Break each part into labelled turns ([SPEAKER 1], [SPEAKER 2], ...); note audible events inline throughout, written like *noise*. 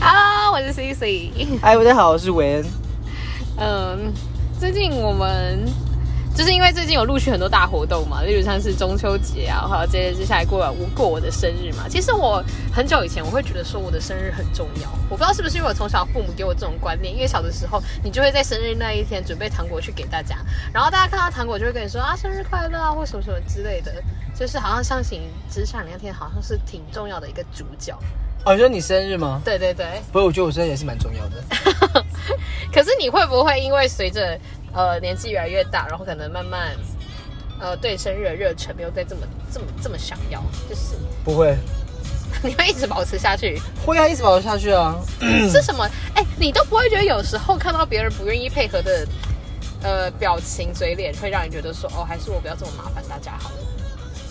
[SPEAKER 1] 啊我是 C C。 *laughs*
[SPEAKER 2] 嗨，哎大家好，我是韦恩。
[SPEAKER 1] 嗯，最近我们就是因为最近有陆续很多大活动嘛，例如像是中秋节啊，还有接接下来过完过我的生日嘛。其实我很久以前我会觉得说我的生日很重要，我不知道是不是因为我从小父母给我这种观念，因为小的时候你就会在生日那一天准备糖果去给大家，然后大家看到糖果就会跟你说啊生日快乐啊或什么什么之类的，就是好像相形之下你那天好像是挺重要的一个主角。
[SPEAKER 2] 哦，你说你生日吗？
[SPEAKER 1] 对对对。
[SPEAKER 2] 不过我觉得我生日也是蛮重要的。
[SPEAKER 1] *laughs* 可是你会不会因为随着呃年纪越来越大，然后可能慢慢呃对生日的热忱没有再这么这么这么想要，就是 *laughs*
[SPEAKER 2] 不会，
[SPEAKER 1] 你会一直保持下去？
[SPEAKER 2] 会啊，一直保持下去啊。
[SPEAKER 1] 是什么？哎、你都不会觉得有时候看到别人不愿意配合的呃表情、嘴脸，会让你觉得说哦，还是我不要这么麻烦大家好了。 *laughs*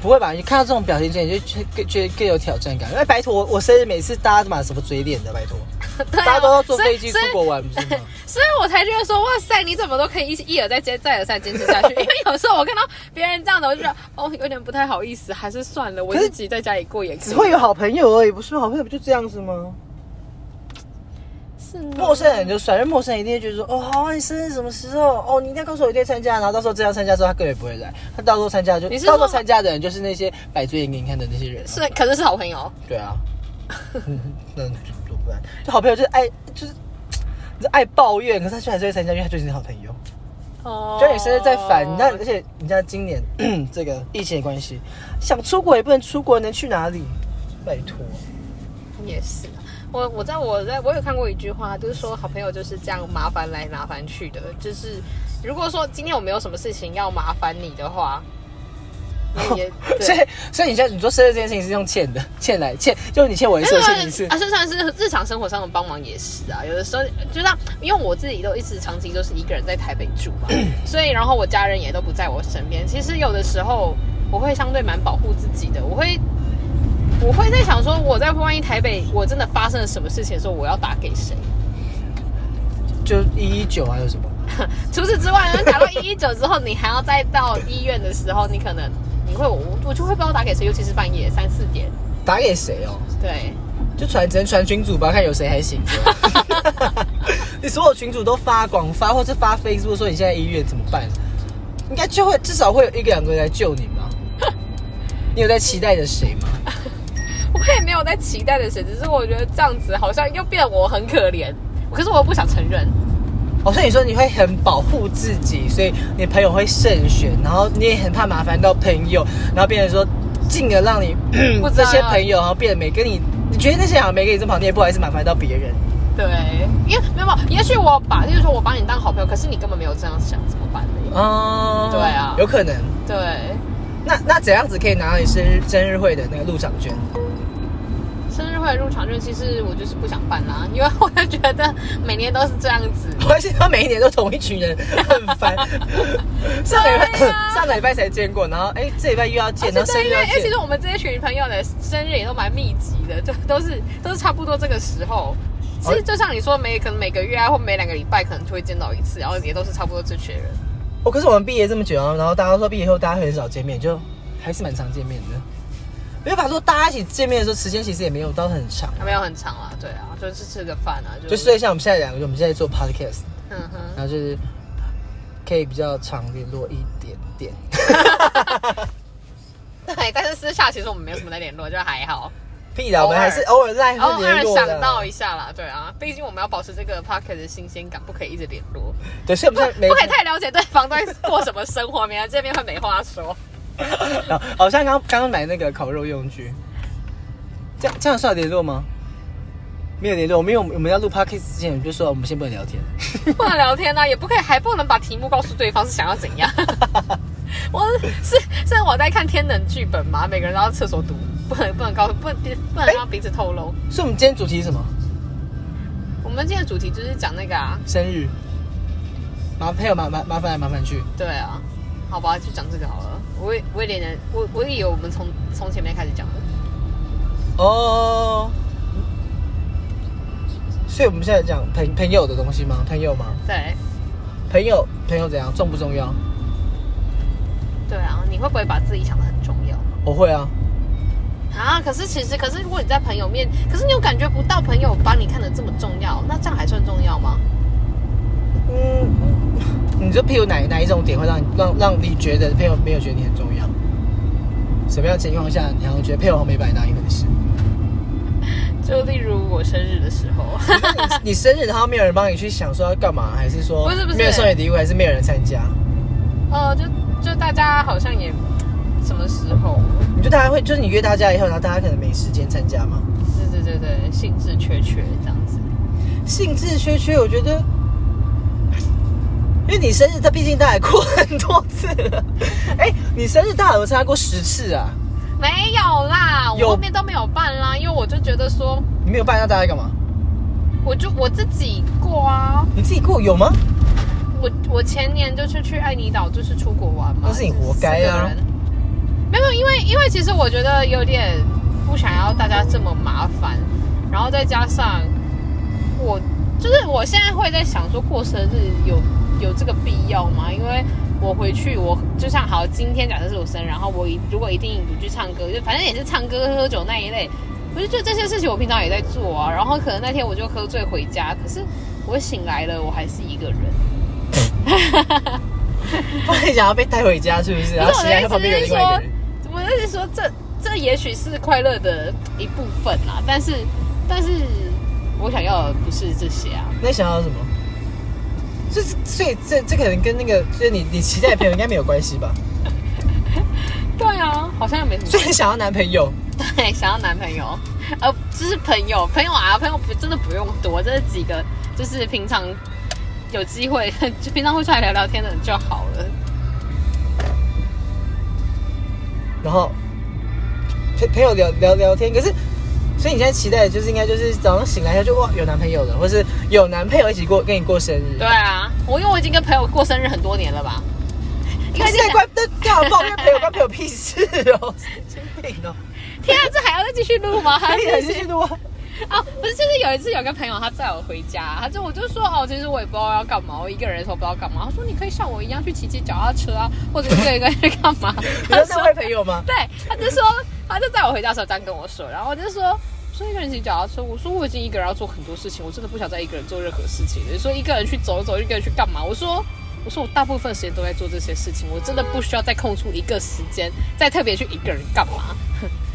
[SPEAKER 2] 不会吧？你看到这种表情之后，你就觉得觉得更有挑战感。哎，拜托，我我生日每次大家都买什么嘴脸的，拜托，
[SPEAKER 1] 对啊
[SPEAKER 2] 大家都要坐飞机出
[SPEAKER 1] 所以所以
[SPEAKER 2] 国玩，不是吗？
[SPEAKER 1] 所以我才觉得说，哇塞，你怎么都可以一一而再、再再而三坚持下
[SPEAKER 2] *laughs*
[SPEAKER 1] 去？因为有时候我看到别人这样的，我就觉得哦，有点不太好意思，还是算了，我
[SPEAKER 2] 可是
[SPEAKER 1] 自己在家里过也可
[SPEAKER 2] *laughs* 只
[SPEAKER 1] 以。
[SPEAKER 2] 会有好朋友而已，不是吗好朋友不就这样子吗？
[SPEAKER 1] 是吗
[SPEAKER 2] 陌生人就算，因为陌生人一定会觉得说，哦，好啊，你生日什么时候？哦，你一定要告诉我一定要参加，然后到时候真要参加的时候，他根本也不会来。他到时候参加就，
[SPEAKER 1] 你是
[SPEAKER 2] 到时候
[SPEAKER 1] 说
[SPEAKER 2] 参加的人就是那些摆嘴脸给你看的那些人、啊。
[SPEAKER 1] 是，可是是好朋友。
[SPEAKER 2] 对啊，
[SPEAKER 1] *laughs*
[SPEAKER 2] 嗯那怎么办？就好朋友就是爱，就是你知道爱抱怨，可是他却还是会参加，因为他就是你的好朋友。
[SPEAKER 1] 哦
[SPEAKER 2] *laughs* 就你生日在烦，那而且你像今年 *clears throat* 这个疫情的关系，想出国也不能出国，能去哪里？拜托，
[SPEAKER 1] 也是啊。我我在我在我有看过一句话，就是说好朋友就是这样麻烦来麻烦去的，就是如果说今天我没有什么事情要麻烦你的话，那
[SPEAKER 2] *laughs*
[SPEAKER 1] 也
[SPEAKER 2] 所以
[SPEAKER 1] 对。
[SPEAKER 2] 所以你现在你说生日这件事情是用欠的，欠来欠，就是你欠我一次，我欠你一次
[SPEAKER 1] 啊，。就算是日常生活上的帮忙也是啊。有的时候就像，因为我自己都一直长期都是一个人在台北住嘛，所以然后我家人也都不在我身边。其实有的时候我会相对蛮保护自己的，我会我会在想说，我在万一台北我真的发生了什么事情的时候，我要打给谁？
[SPEAKER 2] 就一一九还有什么？
[SPEAKER 1] 除此之外呢，打到一一九之后，你还要再到医院的时候，你可能你会我我就会不知道打给谁，尤其是半夜三四点，
[SPEAKER 2] 打给谁哦？
[SPEAKER 1] 对。
[SPEAKER 2] 就传只能传群主吧，看有谁还醒着。 *laughs* 你所有群主都发广发，或是发 Facebook 说你现在医院怎么办？应该就会至少会有一个两个人来救你吧？ *laughs* 你有在期待着谁吗？
[SPEAKER 1] 我也没有在期待的谁，只是我觉得这样子好像又变得我很可怜，可是我又不想承认。
[SPEAKER 2] 哦，所以你说你会很保护自己，所以你朋友会慎选，然后你也很怕麻烦到朋友，然后变成说，进而让你
[SPEAKER 1] 不知
[SPEAKER 2] *clears throat* 这
[SPEAKER 1] 道
[SPEAKER 2] 些朋友，然后变得没跟你，你觉得那些好像没跟你这么好，你也不好意思麻烦到别人。
[SPEAKER 1] 对，因为没有，也许我把，就是说我把你当好朋友，可是你根本没有这样想，怎么办呢？
[SPEAKER 2] 哦，
[SPEAKER 1] 对啊
[SPEAKER 2] 有可能。
[SPEAKER 1] 对，
[SPEAKER 2] 那那怎样子可以拿到你生日生日会的那个入场券？ *laughs*
[SPEAKER 1] 生日会的入场券，其实我就是不想办啦，因为我就觉得每年都是这样子。
[SPEAKER 2] 而且他每一年都同一群人，很
[SPEAKER 1] *laughs*
[SPEAKER 2] 烦。上礼拜、
[SPEAKER 1] 对哦啊
[SPEAKER 2] *laughs* 上礼拜才见过，然后哎、这礼拜又要见，然
[SPEAKER 1] 而
[SPEAKER 2] 后
[SPEAKER 1] 且
[SPEAKER 2] 生日
[SPEAKER 1] 啊对，因
[SPEAKER 2] 又
[SPEAKER 1] 为
[SPEAKER 2] 要
[SPEAKER 1] 因哎为其
[SPEAKER 2] 见
[SPEAKER 1] 实。我们这一群朋友的生日也都蛮密集的，就都是都是差不多这个时候。其实就像你说，每可能每个月啊，或每两个礼拜可能就会见到一次，然后也都是差不多这群人。
[SPEAKER 2] 哦，可是我们毕业这么久，然后大家说毕业后大家很少见面，就还是蛮常见面的。没有法说大家一起见面的时候，时间其实也没有到很长，
[SPEAKER 1] 没有很长啊，对啊，就是吃个饭啊，就
[SPEAKER 2] 就是所以像我们现在两个，我们现在做 podcast，
[SPEAKER 1] 嗯哼， *laughs*
[SPEAKER 2] 然后就是可以比较常联络一点点。
[SPEAKER 1] 对，但是私下其实我们没有什么在联络，就还好，
[SPEAKER 2] 屁啦，我们
[SPEAKER 1] 偶尔
[SPEAKER 2] 还是偶尔赖会
[SPEAKER 1] 偶尔
[SPEAKER 2] 哎联络
[SPEAKER 1] 想到
[SPEAKER 2] 的。
[SPEAKER 1] 一下啦，对啊，毕竟我们要保持这个 p o c k e t 的新鲜感，不可以一直联络，
[SPEAKER 2] 对，所以我
[SPEAKER 1] 不
[SPEAKER 2] 们现在没
[SPEAKER 1] 不可以太了解对方在过什么生活，免得见面会没话
[SPEAKER 2] *laughs*
[SPEAKER 1] 说。
[SPEAKER 2] 好 *laughs* 好哦像刚刚买那个烤肉用具，这样这样算有联络吗？没有联络，我们因为我们我们要录 podcast 之前，我们就说我们先不能聊天。 *laughs*
[SPEAKER 1] 不能聊天呢、啊也不可以，还不能把题目告诉对方是想要怎样。 *laughs* 我是是我在看天能剧本嘛，每个人都要厕所读，不能不能告诉不能不能
[SPEAKER 2] 哎
[SPEAKER 1] 让彼此透露。
[SPEAKER 2] 所以我们今天主题是什么？
[SPEAKER 1] 我们今天的主题就是讲那个啊，
[SPEAKER 2] 生日。麻朋友麻麻麻烦来麻烦去，
[SPEAKER 1] 对啊，好吧，就讲这个好了。我也我也连人，我我以为我们从从前面开始讲的。
[SPEAKER 2] 哦、所以我们现在讲朋朋友的东西吗？朋友吗？
[SPEAKER 1] 对
[SPEAKER 2] 朋友朋友怎样重不重要？
[SPEAKER 1] 对啊，你会不会把自己想的很重要？
[SPEAKER 2] 我会啊，
[SPEAKER 1] 啊，可是其实，可是如果你在朋友面，可是你又感觉不到朋友把你看得这么重要，那这样还算重要吗？
[SPEAKER 2] 嗯，你说譬如哪哪一种点会让你让让你觉得朋友没有觉得你很重要？什么样的情况下你还会觉得配偶没把你当一回
[SPEAKER 1] *laughs*
[SPEAKER 2] 事？
[SPEAKER 1] 就例如我生日的 *laughs* 时候，
[SPEAKER 2] 你生日然后没有人帮你去想说要干嘛，还是说
[SPEAKER 1] 不是不是
[SPEAKER 2] 没有送你礼物，还是没有人参加？
[SPEAKER 1] 呃，就就大家好像也什么时候，
[SPEAKER 2] 你就大家会就是你约大家以后，然后大家可能没时间参加吗？
[SPEAKER 1] 对对对对，兴致缺缺这样子。
[SPEAKER 2] 兴致缺缺，我觉得，因为你生日，他毕竟他也过很多次了。 *laughs* 哎、你生日大有参加过十次啊？
[SPEAKER 1] 没有啦，
[SPEAKER 2] 有
[SPEAKER 1] 我后面都没有办啦，因为我就觉得说，
[SPEAKER 2] 你没有办，那大家干嘛？
[SPEAKER 1] 我就我自己过啊，
[SPEAKER 2] 你自己过有吗？
[SPEAKER 1] 我我前年就是去爱尼岛，就是出国玩嘛，
[SPEAKER 2] 那是你活该啊
[SPEAKER 1] 就是四个人！没有，因为因为其实我觉得有点不想要大家这么麻烦，然后再加上我就是我现在会在想说过生日有有这个必要吗？因为我回去我就像好今天假设是我生日，然后我一如果一定不去唱歌，就反正也是唱歌喝酒那一类，我就觉得这些事情我平常也在做啊，然后可能那天我就喝醉回家，可是我醒来了，我还是一个人。
[SPEAKER 2] 不然你想要被带回家是不是？然后
[SPEAKER 1] 我
[SPEAKER 2] 醒
[SPEAKER 1] 的
[SPEAKER 2] 来
[SPEAKER 1] 意
[SPEAKER 2] 他
[SPEAKER 1] 思
[SPEAKER 2] 旁边
[SPEAKER 1] 是
[SPEAKER 2] 有另
[SPEAKER 1] 说
[SPEAKER 2] 外一个人。，
[SPEAKER 1] 我的意思是说，这这也许是快乐的一部分啦，但是但是我想要的不是这些啊。
[SPEAKER 2] 那你想要什么？就是所以这这可能跟那个就是你你期待的朋友应该没有关系吧？ *laughs*
[SPEAKER 1] 对啊，好像也没什么
[SPEAKER 2] 所以你想要男朋友，
[SPEAKER 1] 对，想要男朋友，呃，就是朋友，朋友啊，朋友不真的不用多，这是几个，就是平常有机会， *laughs* 就平常会出来聊聊天的人就好了。
[SPEAKER 2] 然后陪朋友聊聊聊天，可是。所以你现在期待的就是应该就是早上醒来以后就哇有男朋友了，或是有男朋友一起过跟你过生日。
[SPEAKER 1] 对啊，我因为我已经跟朋友过生日很多年了吧，应该
[SPEAKER 2] 现
[SPEAKER 1] 就
[SPEAKER 2] 在
[SPEAKER 1] 想
[SPEAKER 2] 关那干嘛抱怨朋友关朋友屁事哦，神经病哦！
[SPEAKER 1] 天啊，这还要再继续录
[SPEAKER 2] *laughs*
[SPEAKER 1] 吗？还要
[SPEAKER 2] 可以
[SPEAKER 1] 继
[SPEAKER 2] 来
[SPEAKER 1] 续
[SPEAKER 2] 继续录啊！。
[SPEAKER 1] 啊，不是，就是有一次有个朋友他载我回家，他就我就说哦，其实我也不知道要干嘛，我一个人的时候不知道干嘛。他说你可以像我一样去骑骑脚踏车啊，或者一个一个去干嘛
[SPEAKER 2] 你
[SPEAKER 1] 他
[SPEAKER 2] 说
[SPEAKER 1] 说
[SPEAKER 2] 那位朋
[SPEAKER 1] *laughs*
[SPEAKER 2] 友吗？
[SPEAKER 1] 对，他就说他就载我回家的时候这样跟我说，然后我就说。说一个人骑脚踏车，我说我已经一个人要做很多事情，我真的不想再一个人做任何事情了。你说一个人去走一走，一个人去干嘛？我说，我说我大部分时间都在做这些事情，我真的不需要再空出一个时间，再特别去一个人干嘛。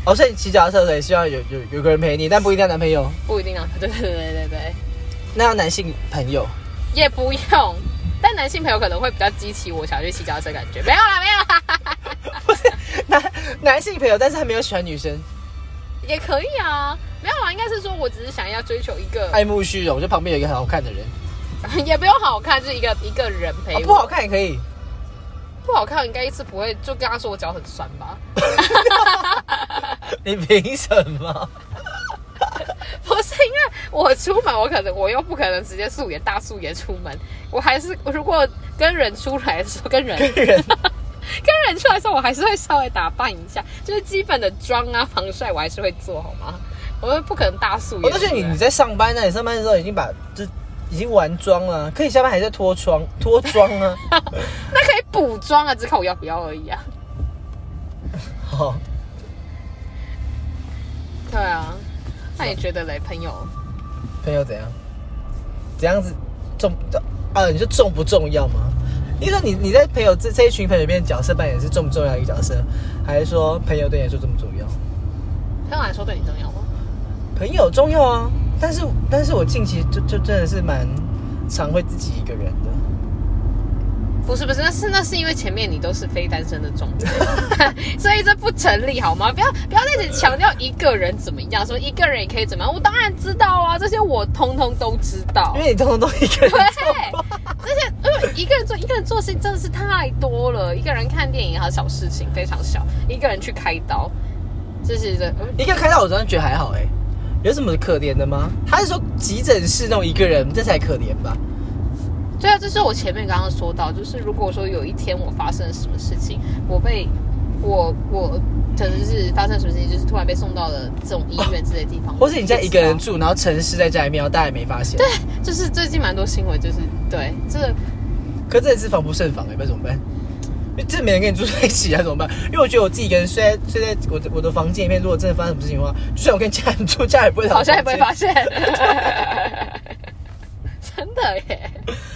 [SPEAKER 2] 哦，所以你骑脚踏车的时候也希望有有有个人陪你，但不一定要男朋友，
[SPEAKER 1] 不一定啊，对对对对对。
[SPEAKER 2] 那要男性朋友。 *laughs*
[SPEAKER 1] 也不用。但男性朋友可能会比较激起我想去骑脚踏车的感觉，没有啦，没有啦，
[SPEAKER 2] 不是男男性朋友，但是他没有喜欢女生，
[SPEAKER 1] 也可以啊，没有啦，应该是说我只是想要追求一个，
[SPEAKER 2] 爱慕虚荣，就旁边有一个很好看的人，
[SPEAKER 1] *laughs* 也不用好看，就是一个一个人陪
[SPEAKER 2] 啊
[SPEAKER 1] 我、
[SPEAKER 2] 不好，看也可以。
[SPEAKER 1] 不好看，应该一次不会就跟他说我脚很酸吧？
[SPEAKER 2] *laughs*
[SPEAKER 1] *laughs*
[SPEAKER 2] 你凭什么？
[SPEAKER 1] 不是因为我出门，我可能我又不可能直接素颜大素颜出门，我还是我如果跟人出来的时候，跟人
[SPEAKER 2] 跟人
[SPEAKER 1] *laughs* 跟人出来的时候，我还是会稍微打扮一下，就是基本的妆啊、防晒我还是会做好吗？我不可能大素颜
[SPEAKER 2] 我
[SPEAKER 1] 出
[SPEAKER 2] 就
[SPEAKER 1] 来。
[SPEAKER 2] 觉得哦你你在上班那你上班的时候已经把就已经完妆了，啊可以下班还在脱妆 *laughs* 脱妆啊。
[SPEAKER 1] 那可以补妆啊，只看我要不要而已啊。
[SPEAKER 2] 好，
[SPEAKER 1] 对啊，那你觉得嘞，朋友？
[SPEAKER 2] 朋友怎样？怎样子重啊？你说重不重要吗？你说你你在朋友这这一群朋友里面角色扮演是重不重要一个角色，还是说朋友对你来说重不重要？
[SPEAKER 1] 朋友来说对你重要吗？
[SPEAKER 2] 朋友重要啊，但是但是我近期就就真的是蛮常会自己一个人的。
[SPEAKER 1] 不是不是，那是那是因为前面你都是非单身的
[SPEAKER 2] *laughs*
[SPEAKER 1] 状态，所以这不成立好吗？不要不要在此强调一个人怎么样，说一个人也可以怎么样。我当然知道啊，这些我通通都知道
[SPEAKER 2] 因。为你通通都一个
[SPEAKER 1] *laughs*
[SPEAKER 2] 人
[SPEAKER 1] 对
[SPEAKER 2] 做，
[SPEAKER 1] 这些因为一个人做一个人做事情真的是太多了，一个人看电影还有小事情非常小，一个人去开刀，这是呃这
[SPEAKER 2] 一个开到我真的觉得还好哎、有什么可怜的吗？他是说急诊室那种一个人，这才可怜吧？
[SPEAKER 1] 对啊，这是我前面刚刚说到，就是如果说有一天我发生了什么事情，我被我我可能是发生什么事情，就是突然被送到了这种医院之类的地方，
[SPEAKER 2] 或是你在一个人
[SPEAKER 1] 不知
[SPEAKER 2] 住，然后沉尸在家里面，然后大家也没发现。对，
[SPEAKER 1] 道，
[SPEAKER 2] *laughs*
[SPEAKER 1] 就是最近蛮多新闻，就是对这个
[SPEAKER 2] 欸可真的是防不胜防哎、不然怎么办？这没人跟你住在一起啊，怎么办？因为我觉得我自己一个人睡在睡在我的我的房间里面，如果真的发生什么事情的话，就算我跟家人住，家人也不会
[SPEAKER 1] 好像也不会发
[SPEAKER 2] 现。
[SPEAKER 1] 现， *laughs* 真的耶。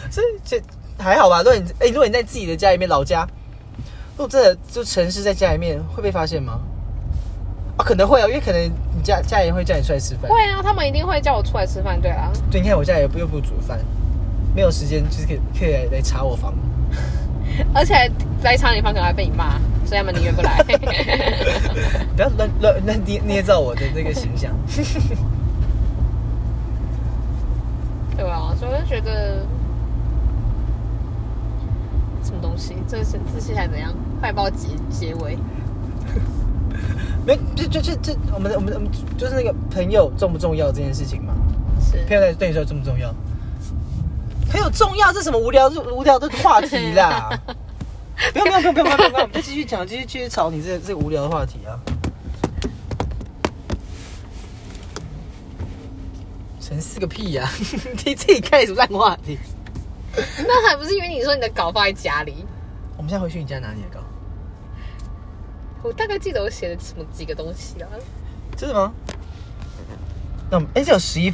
[SPEAKER 2] 所以这还好吧？如果你哎、如果你在自己的家里面老家，如果真的就城市在家里面会被发现吗？啊，可能会哦，因为可能你家家人会叫你出来吃饭。
[SPEAKER 1] 会啊，他们一定会叫我出来吃饭，对啊。
[SPEAKER 2] 对，你看我家也不又不煮饭，没有时间就是可以可以来来查我房。
[SPEAKER 1] 而且来厂里方可能还被你骂，所以他们宁愿不来。
[SPEAKER 2] 不要乱乱乱捏捏造我的这个形象。
[SPEAKER 1] 对啊，所以我就觉得什么东西，这是这是还怎样？快报结结尾，
[SPEAKER 2] 没，就就就就我们的我们的我们就是那个朋友重不重要这件事情嘛？
[SPEAKER 1] 是
[SPEAKER 2] 朋友在对你说重不重要？朋友重要，这什么无聊无聊的话题啦！不用不用不用不用不用不用，我们继续讲，继续继续吵你这这个无聊的话题啊！神是个屁呀、你自己开什么烂话题？
[SPEAKER 1] 那还不是因为你说你的稿放在家里？
[SPEAKER 2] 我们现在回去你家拿你的稿，
[SPEAKER 1] 我大概记得我写了什么几个东西啊？
[SPEAKER 2] 真的吗？那我们哎，这有十一分。